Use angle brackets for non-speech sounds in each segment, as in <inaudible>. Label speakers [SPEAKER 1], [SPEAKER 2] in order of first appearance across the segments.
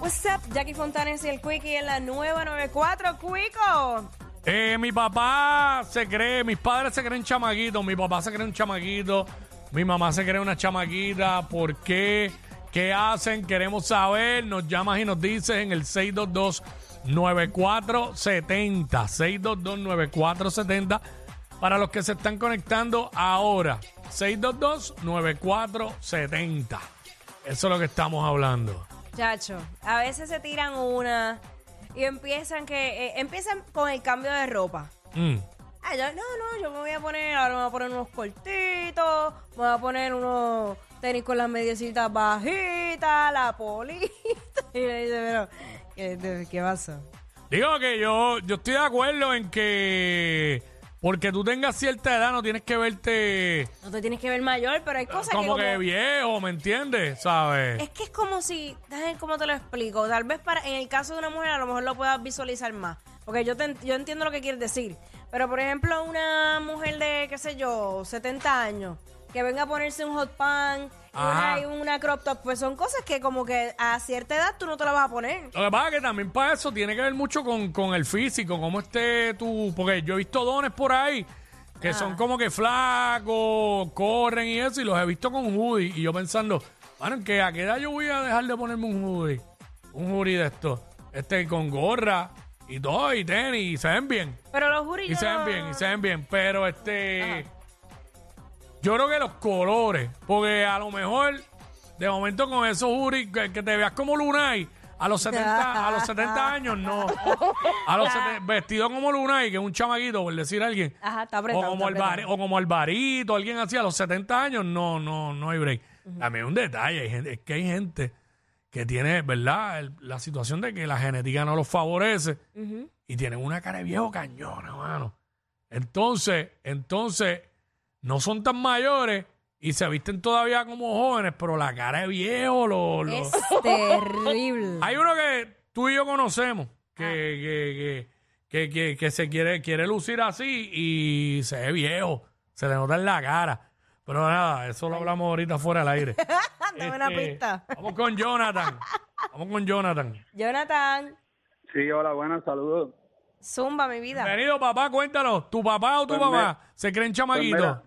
[SPEAKER 1] What's up, Jackie Fontanes y el Quickie en la nueva 94, Quico.
[SPEAKER 2] Eh, mi papá se cree, mis padres se creen chamaguitos, mi papá se cree un chamaguito, mi mamá se cree una chamaguita. ¿Por qué? ¿Qué hacen? Queremos saber. Nos llamas y nos dices en el 622-9470. 622-9470. Para los que se están conectando ahora, 622-9470. Eso es lo que estamos hablando.
[SPEAKER 1] Chacho, a veces se tiran una y empiezan que eh, empiezan con el cambio de ropa.
[SPEAKER 2] Mm.
[SPEAKER 1] Ah, yo, no, no, yo me voy a poner, ahora me voy a poner unos cortitos, me voy a poner unos tenis con las mediecitas bajitas, la polita. <laughs> Y le dice, pero, ¿qué, de- qué pasó?
[SPEAKER 2] Digo que yo, yo estoy de acuerdo en que porque tú tengas cierta edad no tienes que verte
[SPEAKER 1] No te tienes que ver mayor, pero hay cosas
[SPEAKER 2] Ah, como
[SPEAKER 1] que...
[SPEAKER 2] que,
[SPEAKER 1] como-
[SPEAKER 2] viejo, ¿me entiendes? ¿Sabes?
[SPEAKER 1] Es que es como si, déjame ver cómo te lo explico. Tal vez para, en el caso de una mujer a lo mejor lo puedas visualizar más. Porque yo, te en- yo entiendo lo que quieres decir. Pero por ejemplo, una mujer de, qué sé yo, 70 años, que venga a ponerse un hot pan y una,
[SPEAKER 2] Ajá.
[SPEAKER 1] y una crop top, pues son cosas que como que a cierta edad tú no te la vas a poner.
[SPEAKER 2] Lo que pasa es que también para eso tiene que ver mucho con, con el físico, cómo esté tu... Porque yo he visto dones por ahí que son
[SPEAKER 1] Ah.
[SPEAKER 2] como que flacos, corren y eso, y los he visto con hoodie. Y yo pensando, bueno, ¿que ¿a qué edad yo voy a dejar de ponerme un hoodie? Un hoodie de esto. Este con gorra y todo, y tenis, y se ven bien.
[SPEAKER 1] Pero los juris
[SPEAKER 2] Y
[SPEAKER 1] yo
[SPEAKER 2] se ven
[SPEAKER 1] no-
[SPEAKER 2] bien, y se ven bien. Pero este. Yo creo que los colores. Porque a lo mejor, de momento con esos juris, que, que te veas como Lunay, a los 70, a los
[SPEAKER 1] <laughs>
[SPEAKER 2] 70 años no. A los 70 vestido como Lunay, que es un chamaguito, por decir a alguien.
[SPEAKER 1] Ajá, está apretado,
[SPEAKER 2] o,
[SPEAKER 1] está
[SPEAKER 2] como
[SPEAKER 1] apretado.
[SPEAKER 2] el bar- o como el barito, alguien así, a los 70 años no, no, no hay break. También un detalle, hay gente- es que hay gente que tiene, ¿verdad? El- la situación de que la genética no los favorece y tienen una cara de viejo cañona, mano. Entonces, entonces, no son tan mayores y se visten todavía como jóvenes, pero la cara de viejo, lo, lo- <laughs>
[SPEAKER 1] Es terrible.
[SPEAKER 2] Hay uno que tú y yo conocemos que,
[SPEAKER 1] Ah.
[SPEAKER 2] que, que, que, que- que se quiere, quiere lucir así y se ve viejo, se le nota en la cara. Pero nada, eso lo hablamos ahorita fuera del aire.
[SPEAKER 1] <laughs> Dame una
[SPEAKER 2] Este,
[SPEAKER 1] pista.
[SPEAKER 2] Vamos con Jonathan. Vamos
[SPEAKER 1] <laughs>
[SPEAKER 2] con Jonathan.
[SPEAKER 1] Jonathan,
[SPEAKER 3] Sí, hola, buenas, saludos.
[SPEAKER 1] zumba mi vida.
[SPEAKER 2] Bienvenido, papá, cuéntanos. ¿Tu papá o tu
[SPEAKER 3] Pues
[SPEAKER 2] mamá se creen
[SPEAKER 3] Pues
[SPEAKER 2] chamaguitos?
[SPEAKER 3] mira,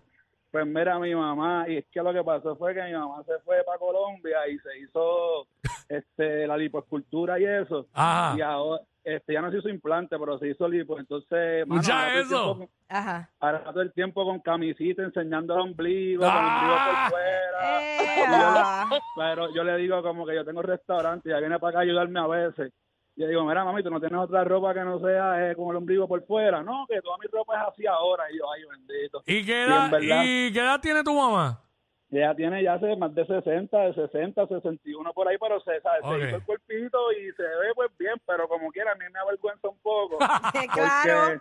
[SPEAKER 3] pues mira, mi mamá, y es que lo que pasó fue que mi mamá se fue para Colombia y se
[SPEAKER 2] <laughs>
[SPEAKER 3] hizo este la lipoescultura y eso.
[SPEAKER 2] Ajá.
[SPEAKER 3] Y ahora, este, ya no se hizo implante, pero se hizo lipo. Entonces, mano,
[SPEAKER 2] Escucha
[SPEAKER 3] ahora todo
[SPEAKER 2] eso.
[SPEAKER 3] el tiempo con-
[SPEAKER 2] <laughs>
[SPEAKER 1] Ajá.
[SPEAKER 3] ahora todo el tiempo con camisita, enseñando el ombligo, con el ombligo
[SPEAKER 2] Ah.
[SPEAKER 3] por fuera.
[SPEAKER 1] Eh, ¡Ea!
[SPEAKER 3] Pero yo le digo como que yo tengo restaurante y ella viene para acá a ayudarme a veces. Yo digo, mira, mami, tú no tienes otra ropa que no sea eh, con el ombligo por fuera. No, que toda mi ropa es así ahora. Y yo, ay, bendito.
[SPEAKER 2] ¿Y qué,
[SPEAKER 3] en
[SPEAKER 2] edad,
[SPEAKER 3] verdad-
[SPEAKER 2] ¿Y qué edad tiene tu
[SPEAKER 1] <laughs>
[SPEAKER 2] mamá?
[SPEAKER 3] Y Ella tiene ya hace más de 60, de 60, 61 por ahí, pero se, ¿sabes?
[SPEAKER 2] Ok.
[SPEAKER 3] se hizo el cuerpito y se ve pues bien, pero como quiera, a mí me avergüenza un
[SPEAKER 2] <laughs>
[SPEAKER 3] poco.
[SPEAKER 1] <laughs> claro.
[SPEAKER 3] Porque,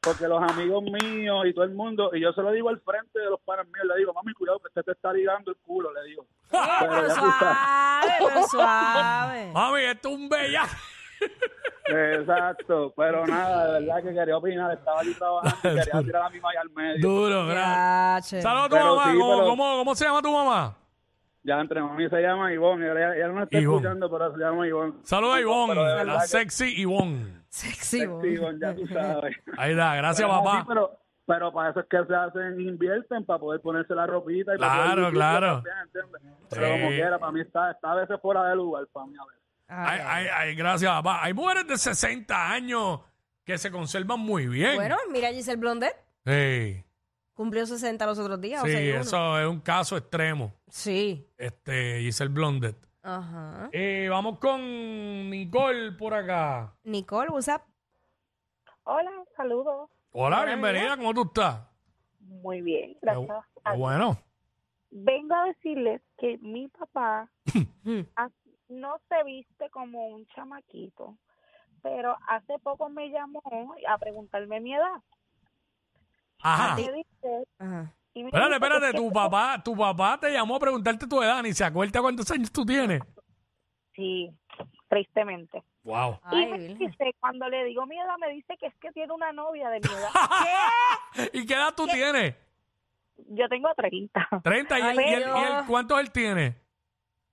[SPEAKER 3] porque los amigos míos y todo el mundo, y yo se lo digo al frente de los panas míos, le digo, mami, cuidado que usted te está ligando el culo, le digo.
[SPEAKER 1] Eh,
[SPEAKER 3] Pero
[SPEAKER 1] <laughs> pero
[SPEAKER 3] ya tú sabes.
[SPEAKER 1] suave, pero
[SPEAKER 2] <laughs>
[SPEAKER 1] suave.
[SPEAKER 2] Mami, esto es un bella.
[SPEAKER 3] <laughs> Exacto, pero nada, de verdad que quería opinar, estaba allí trabajando
[SPEAKER 2] <laughs>
[SPEAKER 3] y quería tirar a mi malla al medio.
[SPEAKER 2] Duro, gracias.
[SPEAKER 1] Ya, che.
[SPEAKER 2] Saludos a tu
[SPEAKER 3] Pero
[SPEAKER 2] mamá.
[SPEAKER 3] sí,
[SPEAKER 2] ¿Cómo,
[SPEAKER 3] pero-
[SPEAKER 2] cómo, cómo se llama tu mamá?
[SPEAKER 3] Ya entre mami se llama Ivonne, ella, ella no está
[SPEAKER 2] Ivonne.
[SPEAKER 3] escuchando, pero se llama Ivonne.
[SPEAKER 2] Saludos a
[SPEAKER 3] Pero de
[SPEAKER 2] Ivonne,
[SPEAKER 3] verdad
[SPEAKER 2] la
[SPEAKER 3] que-
[SPEAKER 2] sexy Ivonne.
[SPEAKER 1] Sexy, vos.
[SPEAKER 3] Sí, Ivonne, ya
[SPEAKER 2] <laughs>
[SPEAKER 3] tú sabes.
[SPEAKER 2] Ahí está, gracias,
[SPEAKER 3] Pero pues, es así,
[SPEAKER 2] papá.
[SPEAKER 3] pero, pero para eso es que se hacen, invierten para poder ponerse la ropita. Y para
[SPEAKER 2] Claro,
[SPEAKER 3] poder lucirse
[SPEAKER 2] claro.
[SPEAKER 3] también, ¿entiendes? Pero
[SPEAKER 2] Sí.
[SPEAKER 3] como quiera, para mí está, está a veces fuera de lugar, para mí a veces.
[SPEAKER 1] Ah,
[SPEAKER 2] Ay,
[SPEAKER 1] ya.
[SPEAKER 2] ay, ay, gracias, papá. Hay mujeres de 60 años que se conservan muy bien.
[SPEAKER 1] Bueno, mira Giselle Blondet.
[SPEAKER 2] sí,
[SPEAKER 1] Cumplió 60 los otros días. o
[SPEAKER 2] sí,
[SPEAKER 1] 61.
[SPEAKER 2] eso es un caso extremo.
[SPEAKER 1] Sí.
[SPEAKER 2] Este, Giselle Blondet.
[SPEAKER 1] Ajá.
[SPEAKER 2] Eh, vamos con Nicole por acá.
[SPEAKER 1] Nicole, what's up?
[SPEAKER 4] Hola, saludos.
[SPEAKER 2] Hola, bienvenida, ¿cómo tú estás?
[SPEAKER 4] Muy bien, gracias.
[SPEAKER 2] Qué Bueno.
[SPEAKER 4] Vengo a decirles que mi papá
[SPEAKER 1] Hmm.
[SPEAKER 4] ha- no se viste como un chamaquito, pero hace poco me llamó a preguntarme mi edad.
[SPEAKER 2] Ajá.
[SPEAKER 4] Me dice-
[SPEAKER 1] Ajá.
[SPEAKER 4] y me
[SPEAKER 2] Ah. Espérate,
[SPEAKER 4] dice
[SPEAKER 2] espérate,
[SPEAKER 4] que-
[SPEAKER 2] tu papá, tu papá te llamó a preguntarte tu edad, ni se acuerda cuántos años tú tienes.
[SPEAKER 4] Sí, tristemente.
[SPEAKER 2] Wow.
[SPEAKER 4] y
[SPEAKER 1] Ay,
[SPEAKER 4] me
[SPEAKER 1] Virgen.
[SPEAKER 4] dice, cuando le digo mi edad, me dice que es que tiene una novia de mi
[SPEAKER 2] <laughs>
[SPEAKER 4] edad.
[SPEAKER 2] ¿Y qué edad tú tienes?
[SPEAKER 4] Yo tengo 30.
[SPEAKER 2] 30 y,
[SPEAKER 1] Ay,
[SPEAKER 2] él- y él-
[SPEAKER 1] Dios.
[SPEAKER 2] y él- cuántos él tiene?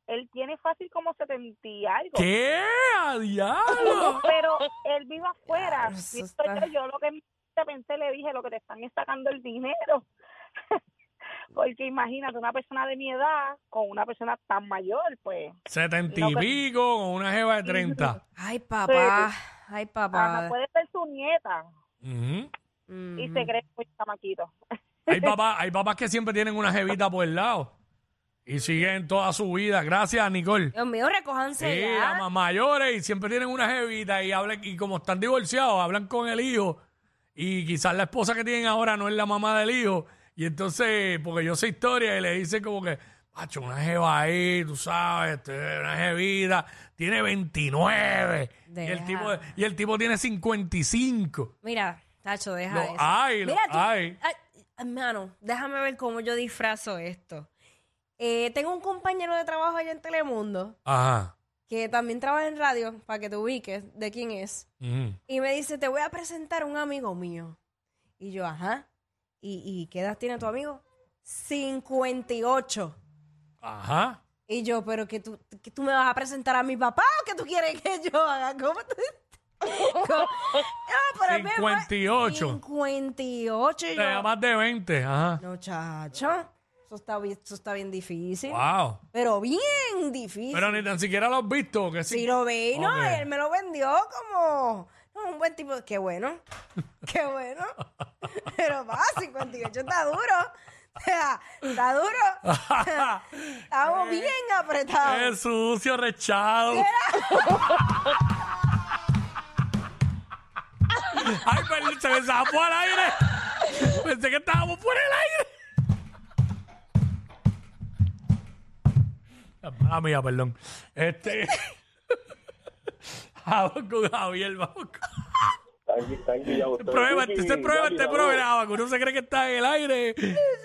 [SPEAKER 4] él tiene fácil como 70 y algo.
[SPEAKER 2] ¿Qué? ¡A
[SPEAKER 4] <laughs>
[SPEAKER 2] diablo!
[SPEAKER 4] Pero él vive afuera.
[SPEAKER 1] Claro, eso
[SPEAKER 4] Y
[SPEAKER 1] está-
[SPEAKER 4] entonces Yo lo que me pensé, le dije, lo que te están es sacando el dinero. <laughs> Porque imagínate, una persona de mi edad con una persona tan mayor, pues.
[SPEAKER 2] Setenta y
[SPEAKER 4] No, pero-
[SPEAKER 2] pico con una jeva de 30.
[SPEAKER 1] Ay, papá. Ay,
[SPEAKER 4] Ajá,
[SPEAKER 1] papá.
[SPEAKER 4] puede ser su nieta
[SPEAKER 2] Ujú.
[SPEAKER 4] y
[SPEAKER 1] Mm.
[SPEAKER 4] se cree muy chamaquito.
[SPEAKER 2] Hay papás, hay papás que siempre tienen una jevita por el lado y siguen toda su vida. Gracias, Nicole.
[SPEAKER 1] Dios mío, recójanse
[SPEAKER 2] Sí,
[SPEAKER 1] ya.
[SPEAKER 2] amas mayores y siempre tienen una jevita y hablan, y como están divorciados, hablan con el hijo y quizás la esposa que tienen ahora no es la mamá del hijo. Y entonces, porque yo sé historia y le dicen como que, macho, una jeva ahí, tú sabes, este, una jevita, tiene 29. Y
[SPEAKER 1] Deja.
[SPEAKER 2] el, tipo, y el tipo tiene 55.
[SPEAKER 1] Mira, Tacho, deja
[SPEAKER 2] Lo
[SPEAKER 1] eso.
[SPEAKER 2] hay, lo
[SPEAKER 1] Mira, tú-
[SPEAKER 2] hay.
[SPEAKER 1] Ay, hermano, déjame ver cómo yo disfrazo esto. Eh, tengo un compañero de trabajo allá en Telemundo
[SPEAKER 2] Ajá.
[SPEAKER 1] que también trabaja en radio, para que te ubiques de quién es.
[SPEAKER 2] Ujú.
[SPEAKER 1] Y me dice, te voy a presentar un amigo mío. Y yo, ajá. ¿Y, y qué edad tiene tu amigo? 58.
[SPEAKER 2] Ajá.
[SPEAKER 1] Y yo, pero que tú, que tú me vas a presentar a mi papá o que tú quieres que yo haga. ¿Cómo tú? <laughs> ¿Cómo? Ah, pero es bien, pues,
[SPEAKER 2] 58.
[SPEAKER 1] 58. y
[SPEAKER 2] Te da
[SPEAKER 1] yo,
[SPEAKER 2] más de 20. Ajá.
[SPEAKER 1] no, chacho. Eso está, bien- eso está bien difícil.
[SPEAKER 2] Wow.
[SPEAKER 1] Pero bien difícil.
[SPEAKER 2] Pero ni tan siquiera lo has visto. Que sí.
[SPEAKER 1] Si lo veí, no,
[SPEAKER 2] Ok.
[SPEAKER 1] él me lo vendió como no, un buen tipo. Qué bueno, <laughs> qué bueno. <laughs> Pero va, 58 está duro. <laughs> O sea, está
[SPEAKER 2] <laughs>
[SPEAKER 1] duro. Estamos bien apretados.
[SPEAKER 2] Es sucio, rechado. <laughs> Ay, perdón, se me zafó al aire. Pensé que estábamos por el aire. Mala mía, perdón. Este. <laughs> Vamos con Javier, vamos con.
[SPEAKER 5] Tranqui, tranqui, ya
[SPEAKER 2] Este prueba, este, este prueba, este programa, que uno se cree que está en el aire,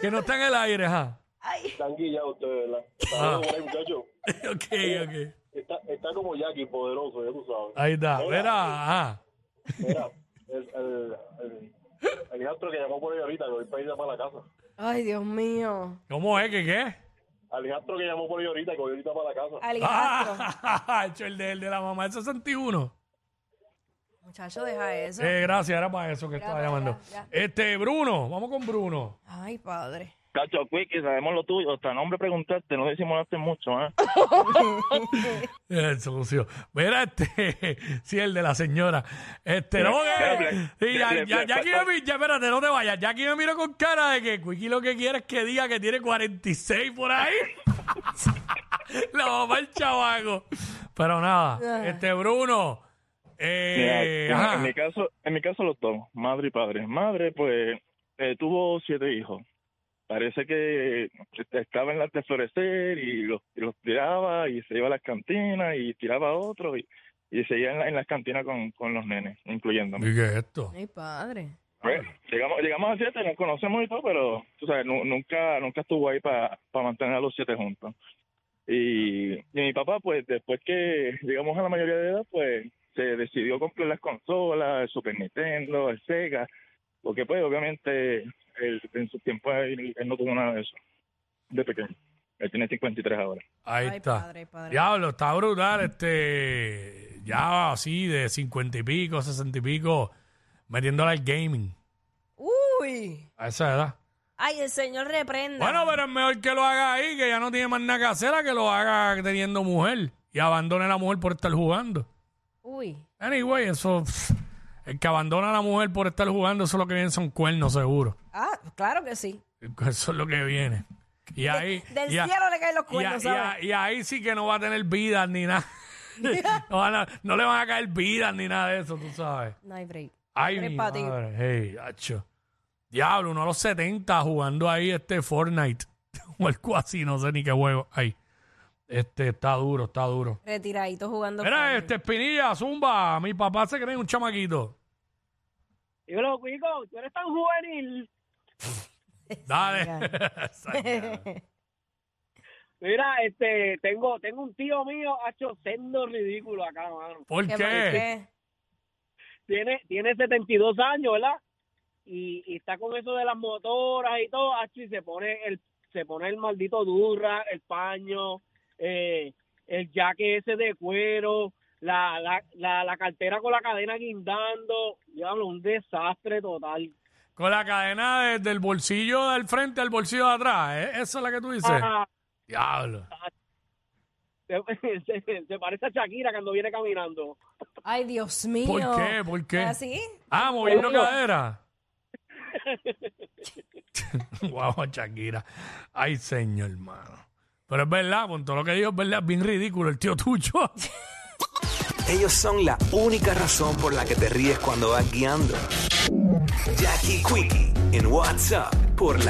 [SPEAKER 2] que no está en el aire, ajá. <laughs>
[SPEAKER 1] Ay,
[SPEAKER 5] Tranqui, ya usted, ¿verdad?
[SPEAKER 2] Ah.
[SPEAKER 5] Saludos por ahí, muchacho.
[SPEAKER 2] Ok, ok.
[SPEAKER 5] Está, está como Jackie, poderoso, ya tú sabes.
[SPEAKER 2] Ahí está, verá, ajá.
[SPEAKER 5] Mira, el, el, el, el hijastro que llamó por ahí ahorita, que voy para ir para la casa.
[SPEAKER 1] ay, Dios mío.
[SPEAKER 2] ¿Cómo es que qué?
[SPEAKER 5] Al hijastro que llamó por ahí ahorita, que voy ahorita para la casa.
[SPEAKER 1] Alejandro.
[SPEAKER 2] <laughs> Ah, hecho el de, el de la mamá del 61.
[SPEAKER 1] Muchacho, deja eso.
[SPEAKER 2] Eh, gracias, era para eso que estaba
[SPEAKER 1] para
[SPEAKER 2] llamando.
[SPEAKER 1] allá,
[SPEAKER 2] Este, Bruno, vamos con Bruno.
[SPEAKER 1] Ay, padre.
[SPEAKER 6] Cacho, Quick, sabemos lo tuyo. Hasta nombre preguntaste, no disimulaste mucho, ¿eh?
[SPEAKER 2] Eh, sucio. Mira, este, <laughs> sí, el de la señora. Este, no, que. Sí, ya, ya, ya aquí me mi- ya, espérate, no te vayas. Ya aquí me miro con cara de que Quickie lo que quiere es que diga que tiene 46 por ahí. <laughs> la mamá el chavaco. Pero nada, este, Bruno. Eh,
[SPEAKER 6] Mira,
[SPEAKER 2] ajá.
[SPEAKER 6] en mi caso, en mi caso los dos, madre y padre. Madre, pues, eh, tuvo siete hijos. Parece que eh, estaba en las de florecer y los, y los tiraba y se iba a las cantinas y tiraba a otros y, y seguía en, la- en las cantinas con, con los nenes, incluyéndome.
[SPEAKER 2] ¿Y qué es esto?
[SPEAKER 1] Ay, padre.
[SPEAKER 6] Pues, llegamos, llegamos a siete, nos conocemos y todo, pero tú sabes, nu- nunca, nunca estuvo ahí para mantener a los siete juntos. Y, y mi papá, pues después que llegamos a la mayoría de edad, pues se decidió comprar las consolas, el Super Nintendo, el Sega, porque pues obviamente él, en su tiempo él, él no tuvo nada de eso, de pequeño. Él tiene 53 ahora.
[SPEAKER 2] Ahí
[SPEAKER 1] Ay,
[SPEAKER 2] está.
[SPEAKER 1] padre, padre.
[SPEAKER 2] Diablo, está brutal, este, ya así de cincuenta y pico, sesenta y pico, metiéndole al gaming
[SPEAKER 1] Uy.
[SPEAKER 2] a esa edad.
[SPEAKER 1] Ay, el señor reprenda.
[SPEAKER 2] Bueno, pero es mejor que lo haga ahí, que ya no tiene más nada que hacer, a que lo haga teniendo mujer y abandone a la mujer por estar jugando.
[SPEAKER 1] Uy.
[SPEAKER 2] Anyway, eso, pff, el que abandona a la mujer por estar jugando, eso es lo que viene son cuernos, seguro.
[SPEAKER 1] Ah, claro que sí.
[SPEAKER 2] Eso es lo que viene. Y ahí,
[SPEAKER 1] Del
[SPEAKER 2] y a-
[SPEAKER 1] cielo le caen los
[SPEAKER 2] Y, a-
[SPEAKER 1] cuernos,
[SPEAKER 2] y a-
[SPEAKER 1] ¿sabes?
[SPEAKER 2] y ahí sí que no va a tener vida ni nada. <laughs> no, van a- no le van a caer vidas ni nada de eso, tú sabes.
[SPEAKER 1] <laughs> No hay break.
[SPEAKER 2] Ay,
[SPEAKER 1] Tres
[SPEAKER 2] mi
[SPEAKER 1] patios.
[SPEAKER 2] madre. Hey, acho. Diablo, uno a los 70 jugando ahí este Fortnite. <laughs> o algo así, no sé ni qué juego. Ay, este está duro, está duro.
[SPEAKER 1] Retiradito jugando.
[SPEAKER 2] Mira
[SPEAKER 1] Fortnite. <laughs>
[SPEAKER 2] este, Espinilla, Zumba. Mi papá se cree un chamaquito.
[SPEAKER 3] Dímelo, Cuico, oh, tú eres tan juvenil.
[SPEAKER 2] Dale. <laughs>
[SPEAKER 1] <laughs>
[SPEAKER 3] Mira, este, tengo, tengo un tío mío, ha hecho sendo ridículo acá, mano.
[SPEAKER 2] ¿Por
[SPEAKER 1] ¿Qué?
[SPEAKER 2] qué?
[SPEAKER 1] ¿Por qué?
[SPEAKER 3] Tiene, tiene 72 años, ¿verdad? Y, y está con eso de las motoras y todo, hacho, y se pone el, se pone el maldito durra, el paño, eh, el jaque ese de cuero, la, la, la, la cartera con la cadena guindando, diablo, un desastre total.
[SPEAKER 2] Con la cadena de- del bolsillo del frente al bolsillo de atrás. ¿eh? Esa es la que tú dices.
[SPEAKER 3] Ah, <laughs>
[SPEAKER 2] Diablo.
[SPEAKER 3] se, se- se parece a Shakira cuando viene caminando.
[SPEAKER 1] Ay, Dios mío.
[SPEAKER 2] ¿Por qué? ¿Por qué?
[SPEAKER 1] ¿Así?
[SPEAKER 2] Ah, moviendo cadera. <laughs> Guau, Shakira. Ay, señor, hermano. Pero es verdad, con todo lo que dijo, es verdad, es bien ridículo el tío Tucho.
[SPEAKER 7] Ellos son la única razón por la que te ríes cuando vas guiando. Jackie Quickie en WhatsApp por la